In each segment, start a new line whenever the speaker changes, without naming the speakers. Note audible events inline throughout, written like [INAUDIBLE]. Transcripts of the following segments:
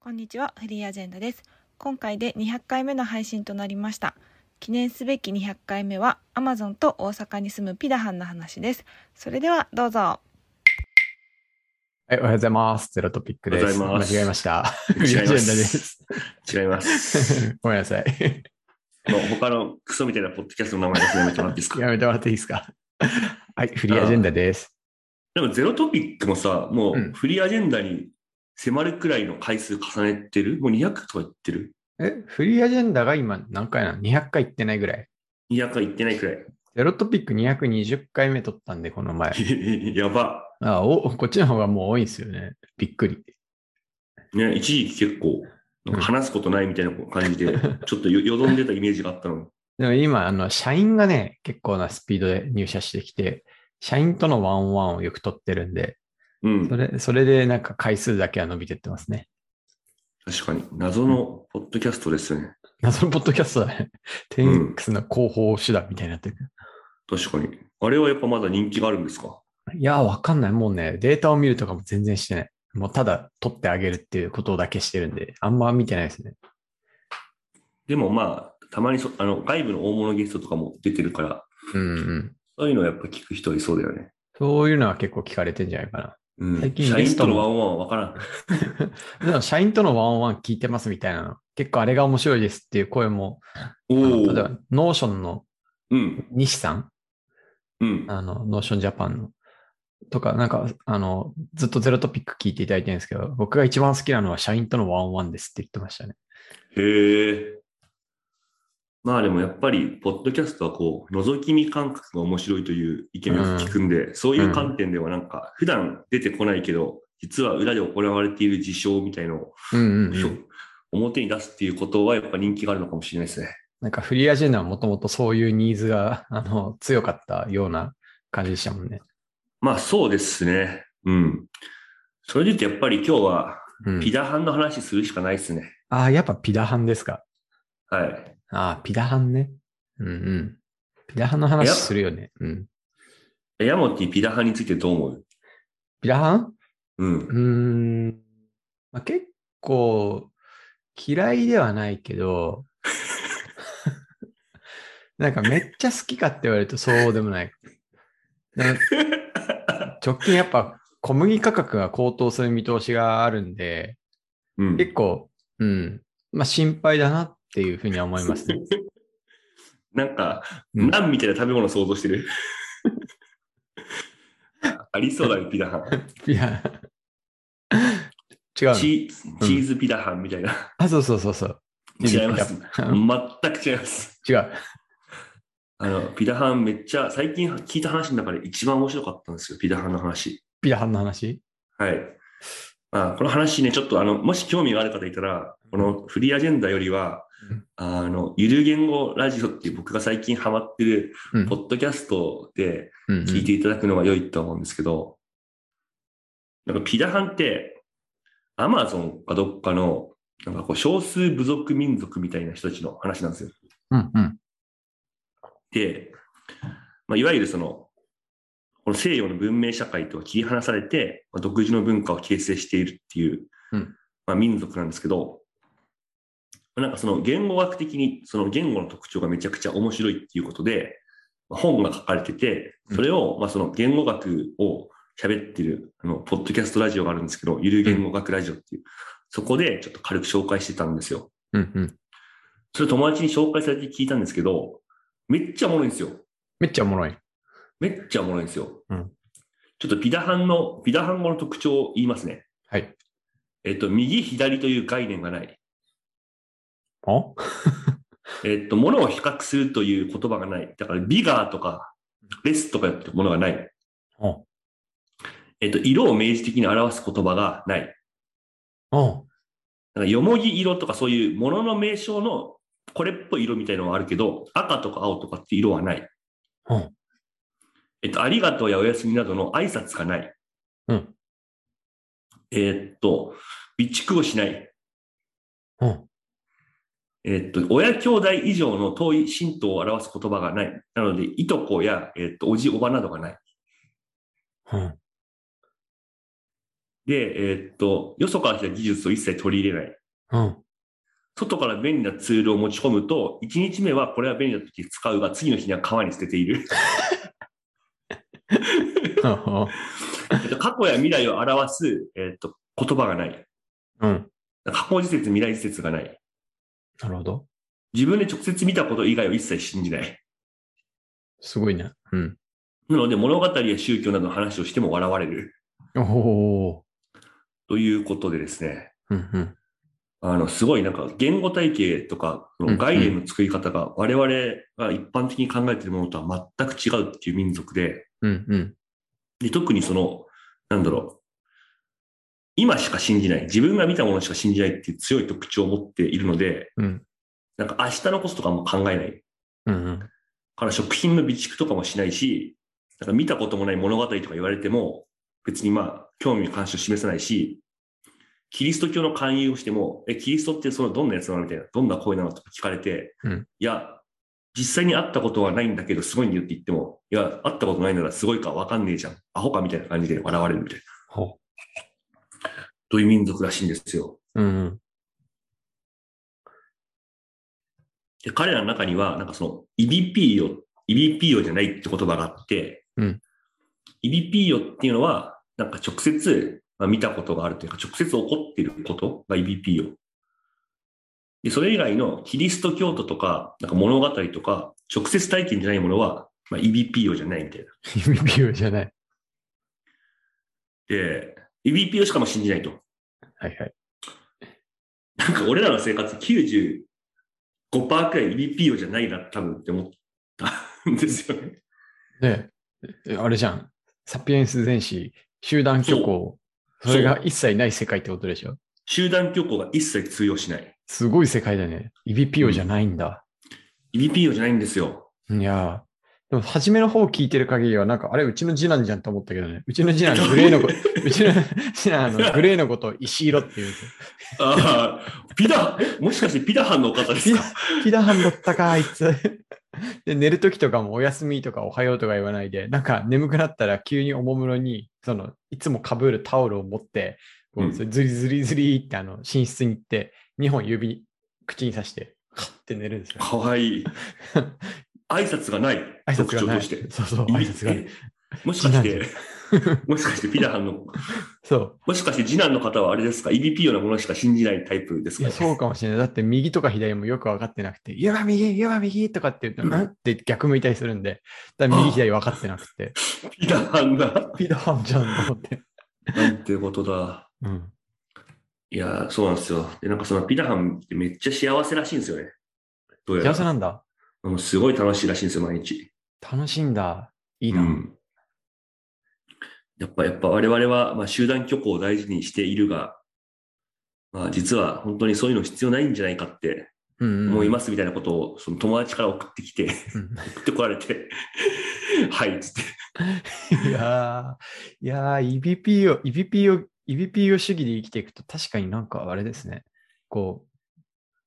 こんにちは、フリーアジェンダです。今回で200回目の配信となりました。記念すべき200回目は、Amazon と大阪に住むピダハンの話です。それではどうぞ。
はい、おはようございます。ゼロトピックです。
おはようございます
間違えました。
違います
フリーアジェンダです。
違います。
[LAUGHS] ごめんなさい。
もう他のクソみたいなポッドキャストの名前ですねやめてもらっていいですか
やめてもらっていいですか。 [LAUGHS] はい、フリーアジェンダです。
でもゼロトピックもさ、もうんうフリーアジェンダに迫るくらいの回数重ねてるもう200とか言ってる
え、フリーアジェンダが今何回なの ?200 回行ってないぐらい。
?200 回言ってないくら
ゼロトピック220回目取ったんで、この前。
[LAUGHS] い。やば。
あお、こっちの方がもう多いんですよね。びっくり。
ね、一時期結構、なんか話すことないみたいな感じ [LAUGHS] で、ちょっとよよどんでたイメージがあったの。
でも今、あの、社員がね、結構なスピードで入社してきて、社員とのワンオンワンをよく取ってるんで、
うん
そ。れ、それでなんか回数だけは伸びてってますね。
確かに。謎のポッドキャストですよね。
謎のポッドキャストだね。テンクスの広報手段みたいになってる。
確かに。あれはやっぱまだ人気があるんですか
いや、わかんない。もうね、データを見るとかも全然してない。もうただ取ってあげるっていうことだけしてるんで、あんま見てないですね。
でもまあ、たまにそあの外部の大物ゲストとかも出てるから、
うんうん。
そういうのはやっぱ聞く人はいそうだよね。
そういうのは結構聞かれてんじゃないか
うん
最近
社
ゲ
員
スト
と
も
のワンワンは分
[LAUGHS]
か
な。
らん。
でも社員とのワンオンワン聞いてますみたいなの。結構あれが面白いですっていう声も、あの
お
例えば
お。、
ノーションの
うん。
西さん、
うん。
あの、ノーションジャパンの、とか、なんか、あの、ずっとゼロトピック聞いていただいてるんですけど、僕が一番好きなのは社員とのワンオンワンですって言ってましたね。
へえ。まあでもやっぱり、ポッドキャストはこう、覗き見感覚が面白いという意見を聞くんで、そういう観点ではなんか、普段出てこないけど、実は裏で行われている事象みたいのを、
うんうん、うん。
表に出すっていうことはやっぱ人気があるのかもしれないですね。
なんかフリーアジェンダはもともとそういうニーズが [LAUGHS] あの強かったような感じでしたもんね。
まあそうですね。うん。それで言うとやっぱり今日は、
うん、
ピダハンの話するしかないですね。
ああ、やっぱピダハンですか。
はい。
ああ、ピダハンね。うんうん。ピダハンの話するよね。うん。
ヤモティピダハンについてどう思う
ピダハン
うん
う。 [LAUGHS] ーん、まあ、結構嫌いではないけど、 [LAUGHS] なんかめっちゃ好きかって言われるとそうでもない。なんか直近やっぱ小麦価格が高騰する見通しがあるんで、
うん
結構、うん。まあ、心配だなっていうふうには思い
[LAUGHS]
ますね。
なんか、
うん
ナンみたいな食べ物想像してる。 [LAUGHS] ありそうだね、ピダハン。
いや、違うの。
チ
うん
チーズピダハンみたいな。
あ、そうそうそうそう。チーズピ
違い
ダ
ます。全く違います。
違う。
あの、ピダハンめっちゃ、最近聞いた話の中で一番面白かったんですよ、ピダハンの話。
ピラハンの話
はい。まあ、この話ね、ちょっとあの、もし興味がある方いたら、このフリーアジェンダよりは
うん、
あの、ゆる言語ラジオっていう僕が最近ハマってる
うん
ポ。ッドキャストで
うんうん
聞いていただくのが良いと思うんですけど、なんかピダハンって、アマゾンかどっかの、なんかこう少数部族民族みたいな人たちの話なんですよ。
うんうん。
で、まあ、いわゆるその、この西洋の文明社会とは切り離されて、まあ独自の文化を形成しているっていう、
うん
まあ、民族なんですけど、まあなんかその言語学的にその言語の特徴がめちゃくちゃ面白いっていうことで、まあ本が書かれてて、それを、まあその言語学を喋ってる、あの、ポッドキャストラジオがあるんですけど、ゆる言語学ラジオっていう、そこでちょっと軽く紹介してたんですよ。
うんうん。
それ友達に紹介されて聞いたんですけど、めっちゃおもろいんですよ。
めっちゃおもろい。
めっちゃおもろいんですよ。
うん
ちょっとピダハンの、ピダハン語の特徴を言いますね。
はい。
えっと、右左という概念がない。
お
えっと、物を比較するという言葉がない。だから、ビガーとか、レスとかってものがない。
お
えっと、色を明示的に表す言葉がない。
お
なんか、よもぎ色とかそういうものの名称のこれっぽい色みたいのはあるけど、赤とか青とかって色はない。
うん
えっと、ありがとうやおやすみなどの挨拶がない。
うん
えっと、備蓄をしない。
お
えっと、親兄弟以上の遠い神道を表す言葉がない。なので、いとこや、えっと、おじおばなどがない。
お
で、えーっと、よそから来た技術を一切取り入れない。
うん。
外から便利なツールを持ち込むと、1日目はこれは便利だとき使うが、次の日には川に捨てている。えっと過去や未来を表す、えっと、言葉がない。
うん。
過去時節、未来時節がない。
なるほど。
自分で直接見たこと以外を一切信じない。
すごいね。うん。
なので、物語や宗教などの話をしても笑われる。
おお。
ということでですね。
うんうん。
あの、すごいなんか言語体系とか、その概念の作り方が我々が一般的に考えているものとは全く違うっていう民族で、
うんうん。
で特にその、なんだろう、今しか信じない、自分が見たものしか信じないっていう強い特徴を持っているので、
うん
なんか明日のこととかも考えない。
うんうん。
から食品の備蓄とかもしないし、なんか見たこともない物語とか言われても、別にまあ、興味関心を示さないし、キリスト教の勧誘をしても、え、キリストってそのどんなやつなのみたいな、どんな声なのとか聞かれて、
うん
いや、実際に会ったことはないんだけど、すごいんだよって言っても、いや、会ったことないならすごいかわかんねえじゃん。アホかみたいな感じで笑われるみたいな。
ほ
という民族らしいんですよ。
う。うんうん。 [LAUGHS]
で、彼らの中には、なんかその、イビピーヨ、イビピーヨじゃないって言葉があって、
うん
イビピーヨっていうのは、なんか直接、まあ、見たことがあるというか、直接起こっていることがイビピーヨ。で、それ以外のキリスト教徒とか、なんか物語とか、直接体験じゃないものは、まあ、イビピーヨじゃないみたいな。
指ビューじゃない。
で、イビピーヨしかも信じないと。
はいはい。
なんか俺らの生活95%くらいイビピーヨじゃないな、多分って思ったんですよね。
で、えあれじゃん。サピエンス全史、集団虚構。
そう
それが一切ない世界ってことでしょ
集団虚構が一切通用しない。
すごい世界だね。イビピオじゃないんだ。
EBPO じゃないんですよ。
いやーでも、初めの方聞いてる限りは、なんか、あれ、うちの次男じゃんと思ったけどね。うちの次男、グレー
[LAUGHS]
のこと、うちの次男、あのグレーのことを石色っていう。
ああ、ピダ、えもしかしてピダハンの方です
ピ
か
ダ、ピダハンだったか、あいつ。 [LAUGHS] で、寝るときとかもおやすみとかおはようとか言わないで、なんか眠くなったら急におもむろに、その、いつもかぶるタオルを持って、こ
うん
う、それズリズリズリってあの、寝室に行って、2本指、口に刺して、カッて寝るんですよ。
かわいい。挨拶がない。
挨拶
特
が
徴
ない。
として。
そうそう、挨拶がない。
えもしかし
次
て、もしかしてピダハンの、
[LAUGHS] そう。
もしかして次男の方はあれですか ?EBPO のものしか信じないタイプです
いや、
か
そうかもしれない。だって右とか左もよく分かってなくて、ゆば右、ゆば右とかって言うと、
うん
うんって逆向いたりするんで、だから右左分かってなくて、 [LAUGHS]
ピダハンだ。
ピダハンじゃんと思って。
なんてことだ。
うん。
いやー、そうなんですよ。で、なんかそのピダハンってめっちゃ幸せらしいんですよね。どうや
幸せ
ら。
なんだ。
うんすごい楽しいらしいんですよ、毎日。
楽しいんだ。いいうな。
ん、やっぱ、やっぱ我々は、まあ、集団虚構を大事にしているが、まあ、実は本当にそういうの必要ないんじゃないかって
うん。
思いますみたいなことを、その友達から送ってきて、
す。
送ってこられて、 [LAUGHS] はい、つって。
いやー、いやー、EBP を、EBP を、EBP を主義で生きていくと、確かになんかあれですね。こう、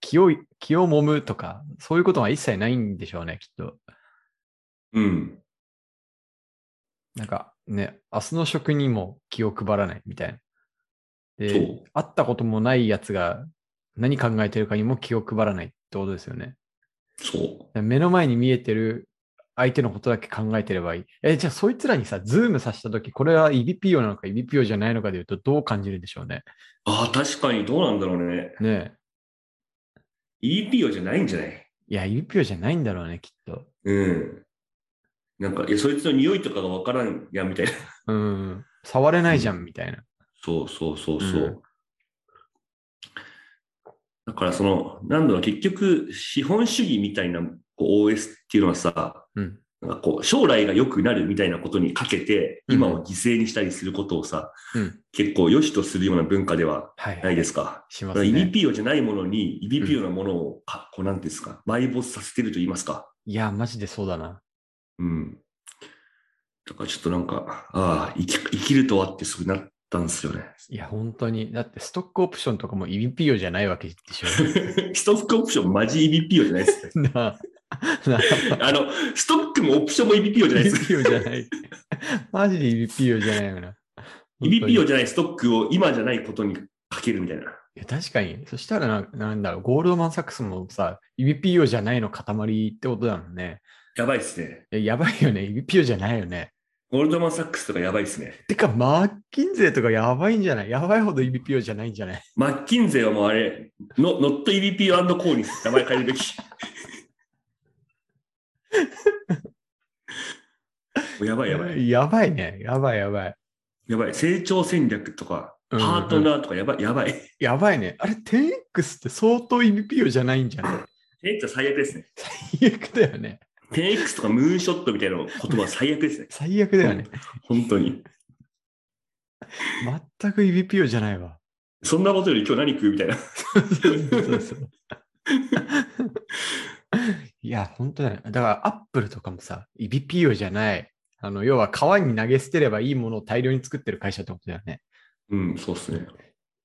気を、気を揉むとか、そういうことは一切ないんでしょうね、きっと。
うん。
なんかね、明日の食にも気を配らないみたいな。
そ
で、
う。
会ったこともないやつが何考えてるかにも気を配らないってことですよね。
そう。
目の前に見えてる相手のことだけ考えてればいい。え、じゃあそいつらにさ、ズームさせたとき、これは EBPO なのか EBPO じゃないのかで言うとどう感じるんでしょうね。
ああ、確かにどうなんだろうね。
ね
EPO じゃないんじゃない
え。いや、EBPO じゃないんだろうね、きっと。
うん。なんか、いや、そいつの匂いとかがわからんや、みたいな。
うん。触れないじゃん、みたいな。
そうそうそうそう。
うん
だからその、なんだろう、結局、資本主義みたいなこう OS っていうのはさ、
うん。
なんかこう、将来が良くなるみたいなことにかけて、
うん
今を犠牲にしたりすることをさ、
うん。
結構良しとするような文化では
はい。
ないですか。
しま
だか
す
ら
ね。
EBPO じゃないものに、EBPO なものをか、こう、なんていうんですか、埋没させてると言いますか。
いや、マジでそうだな。
うん。だからちょっとなんか、ああ、生き生きるとはってすごいなったんですよね。
いや、本当に。だって、ストックオプションとかも EBPO じゃないわけでしょ。 [LAUGHS]
ストックオプションマジ EBPO じゃ [LAUGHS] ないです。
なあ。なあ。
あの、ストックもオプションも EBPO じゃないです。
EBPO じゃない。マジで EBPO じゃないよな。当に
EBPO じゃないストックを今じゃないことにかけるみたいな。
いや確かに。そしたらな、なんだろう、ゴールドマン・サックスもさ、EBPO じゃないの塊ってことだもんね。
やばいっすね。
いややばいよね。EBPO じゃないよね。
ゴールドマン・サックスとかやばいっすね。
てか、マッキンゼーとかやばいんじゃないやばいほど EBPO じゃないんじゃない
マッキンゼーはもうあれ、のノット EBPO& コーに名前変えるべき。もうやばいやば
[LAUGHS]
い。
やばいね。やばいやばい。
やばい。成長戦略とか、
う
パ
んうんうん
ートナーとかやばい。やばい。
やばいね。あれ、10X って相当 EBPO じゃないんじゃない
えっと最悪ですね。
最悪だよね。
10X とかムーンショットみたいな言葉は最悪ですね。
最悪だよね。
本当に。
全く EBPO じゃないわ。
そんなことより今日何食うみたいな。
そうそう。いや、本当だよ。だから、アップルとかもさ、EBPO じゃない。あの、要は川に投げ捨てればいいものを大量に作ってる会社ってことだよね。
うん、そうですね。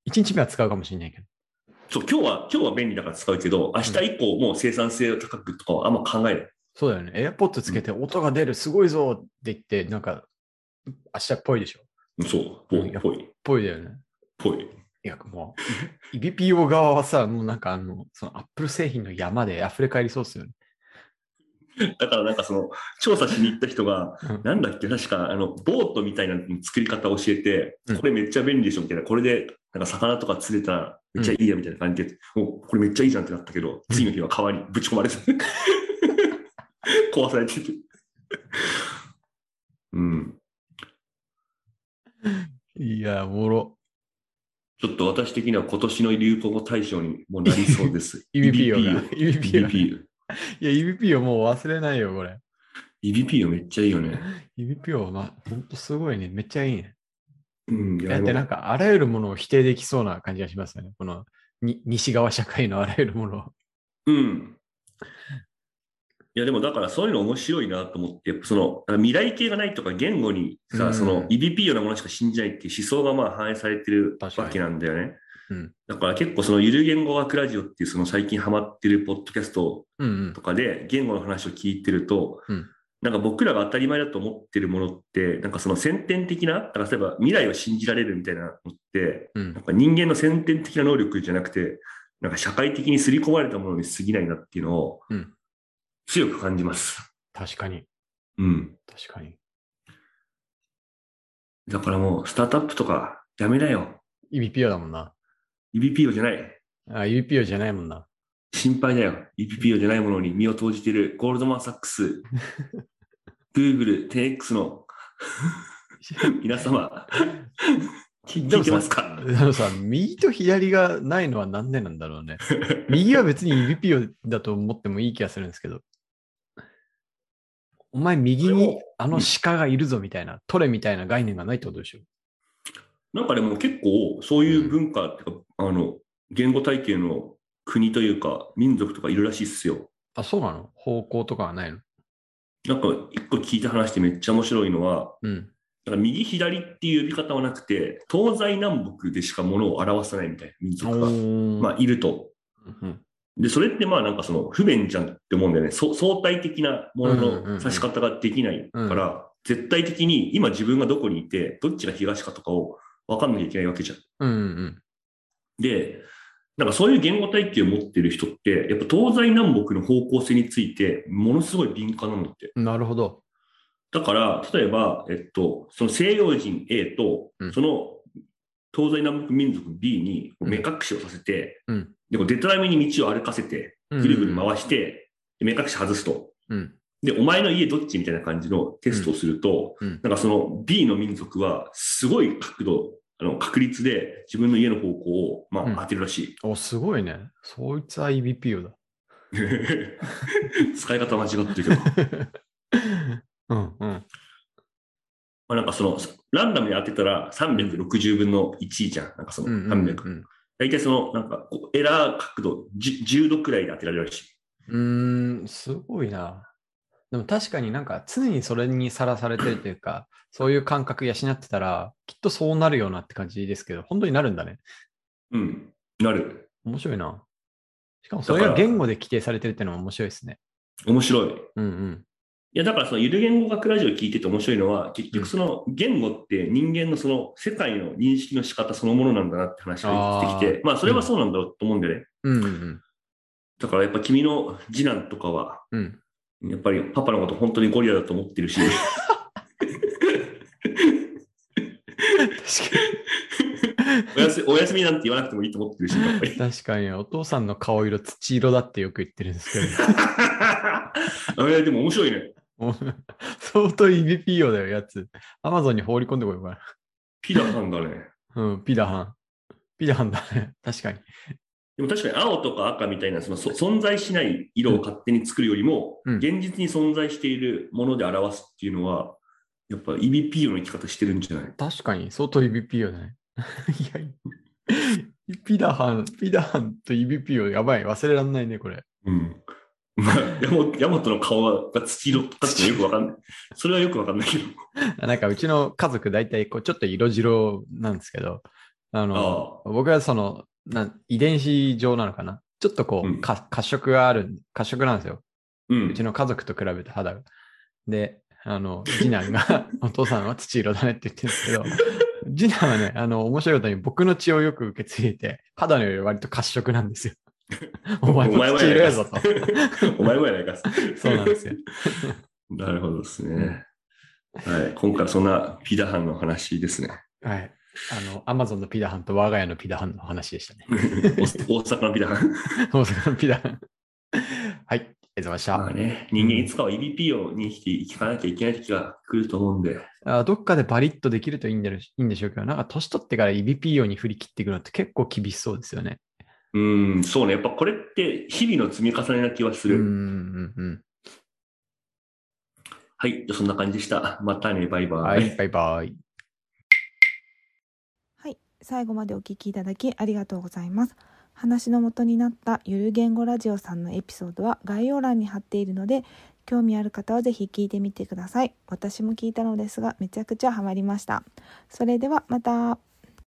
1日目は使うかもしれないけど。
そう、今日は、今日は便利だから使うけど、明日以降もう生産性を高くとかはあんま考えない。
そうだよね。AirPods つけて音が出る、すごいぞって言って、なんか、明日っぽいでしょ。
うんそう、ぽい、ぽい、
ぽいだよね。
ぽい。
いや、もう、EBPO 側はさ、もうなんかあの、その Apple 製品の山で溢れ返りそうっすよね。
だからなんかその、調査しに行った人が、
うん
なんだっけ、確か、あの、ボートみたいなの作り方教えて
うん、
これめっちゃ便利でしょみたいな、これで、なんか魚とか釣れたら、めっちゃいいやみたいな感じで、おこれめっちゃいいじゃんってなったけど、次の日は川にぶち込まれて
[LAUGHS]
壊されてて。うん。
いや、おもろ。
ちょっと私的には今年の流行語大賞にもなりそうです。
[LAUGHS] EBPO が。EBPO が。い
EBPO。
や、EBPO もう忘れないよ、これ。
EBPO めっちゃいいよね。
EBPO は、まあ、ほんとすごいね。めっちゃいいね。
うん、
だってなんか、あらゆるものを否定できそうな感じがしますよね。この、に西側社会のあらゆるものを。
うん。いや、でもだからそういうの面白いなと思って、やっぱその、なんか未来形がないとか言語にさ、
うん
その EBPO なものしか信じないっていう思想がまあ反映されてる
確かに
わけなんだよね。
うん
だから結構そのゆる言語学ラジオっていうその最近ハマってるポッドキャスト
うんうん
と。かで言語の話を聞いてると、
うん
なんか僕らが当たり前だと思ってるものって、なんかその先天的な、だから例えば未来を信じられるみたいなのって、
う
なん
ん、
か人間の先天的な能力じゃなくて、なんか社会的に刷り込まれたものに過ぎないなっていうのを
うん
強く感じます。
確かに。
うん。
確かに。
だからもうスタートアップとかやめなよ。
EBPO だもんな。
EBPO じゃない。
あ、EBPO じゃないもんな。
心配だよ。EBPO じゃないものに身を投じているゴールドマン・サッ
[LAUGHS]
クス、Google、TX の皆様、聞
で
聞
もさ
いてますか
でもさ、右と左がないのは何でなんだろうね。
[LAUGHS]
右は別に EBPO だと思ってもいい気がするんですけど。お前、右
で
に
も
あの鹿がいるぞみたいな、取れみたいな概念がないってことでしょ。
なんかでも結構そういう文化っていうか、あの、言語体系の国というか民族とかいるらしいっすよ。
あ、そうなの方向とかはないの
なんか一個聞いた話でめっちゃ面白いのは、
うん。
なんか右左っていう呼び方はなくて、東西南北でしかものを表さないみたいな民族が、
ー
まあ、いると。
うん
で、それってまあなんかその不便じゃんって思うんだよね。そう相対的なも
うんうんうんう
の
ん
の指し方ができないから、絶対的に今自分がどこにいて、どっちが東かとかを分かんなきゃいけないわけじゃん。
うんうん。
で、なんかそういう言語体系を持ってる人って、やっぱ東西南北の方向性について、ものすごい敏感なのって。
なるほど。
だから、例えば、えっと、その西洋人 A と、
うん
その東西南北民族 B にこう
うん
目隠しをさせて、
うん
でこうでたらめに道を歩かせて、
ぐ
ぐるぐる回して、で目隠し外すと。
うん。
で、お前の家どっちみたいな感じのテストをすると、
うん
なんかその B の民族は、すごい角度、あの確率で自分の家の方向を、ま
うん
あ、当てるらしい。 [LAUGHS]
お、すごいね。そいつは EBPO だ。 [LAUGHS]
使い方間違ってるけど。
うんうん。
まあ、なんかその、ランダムに当てたら360分の1じゃん。なんかその
うんうん
300。大体その、なんかこう、エラー角度10 10度くらいで当てられるらしい。
うん。うーん、すごいな。でも確かになんか常にそれにさらされてるというか、そういう感覚養ってたら、きっとそうなるよなって感じですけど、本当になるんだね。
うん。なる。
面白いな。しかもそれが
だから
言語で規定されてるっていうのも面白いですね。
面白い。
うんうん。
いや、だからそのゆる言語学ラジオ聞いてて面白いのは、結局その言語って人間のその世界の認識の仕方そのものなんだなって話が出てきて、
あー
まあそれはそうなんだろうと思うんだよね。
うんうん
だからやっぱ君の次男とかは、
うん。うん。
やっぱりパパのこと本当にゴリラだと思ってるし、
確か
おやすおやすみなんて言わなくてもいいと思ってるし、やっぱり [LAUGHS]
に。。確かに、お父さんの顔色土色だってよく言ってるんですけど。
あれでも面白いね。
もう [LAUGHS] 相当 EBPO だよ、やつ。アマゾンに放り込んでこようか
ピダさんだね。
な。うん、ピダハン。ピダハンだね。確かに。
でも確かに青とか赤みたいなそのそ存在しない色を勝手に作るよりも、
うん
現実に存在しているもので表すっていうのは、やっぱ EBPO の生き方してるんじゃない
確かに、相当 EBPO だね。 [LAUGHS] いや、 [LAUGHS] ピダハン、ピダハンと EBPO、やばい。忘れらんないね、これ。
うん。 [LAUGHS] まあ、ヤマヤマトの顔が土色かってよくわ
[LAUGHS]
かんない。それはよくわかんないけど。
なんか、うちの家族、大体、こう、ちょっと色白なんですけど、あの、
あ
僕はそのなん遺伝子上なのかなちょっとこう、
うん
か褐色がある褐色なんですよ
う
うんち。の家族と比べて肌がであの次男 [LAUGHS] がお父さんは土色だねって言ってるんですけど次男はねあの面白いことに僕の血をよく受け継いでて肌の色より割と褐色なん [LAUGHS] ですよお前も土色やぞと
[LAUGHS] お前もやないか。
そうなんですよ。
[LAUGHS] なるほどですね。はい。今回はそんなピダハンの話で
[LAUGHS]
すね。
はいあのアマゾンのピダハンと我が家のピダハンの話でしたね [LAUGHS]
大阪のピダハン。
大阪のピダハンはいありがとうございました、
まあね、人間いつかは EBP を認識していかなきゃいけない時が来ると思うんで、
あどっかでバリッとできるといいんだろういいんでしょうけど、なんか年取ってから EBPO に振り切っていくのって結構厳しそうですよね。
うん、そうね、やっぱこれって日々の積み重ねな気はす
うん
る。
うんうん
はい、じゃあそんな感じでした。またね、バイ
うん。
バ
は
イ。
い、バイバイ。
はい、最後までお聞きいただきありがとうございます。話の元になったゆる言語ラジオさんのエピソードは概要欄に貼っているので、興味ある方はぜひ聞いてみてください。私も聞いたのですが、めちゃくちゃハマりました。それではまた。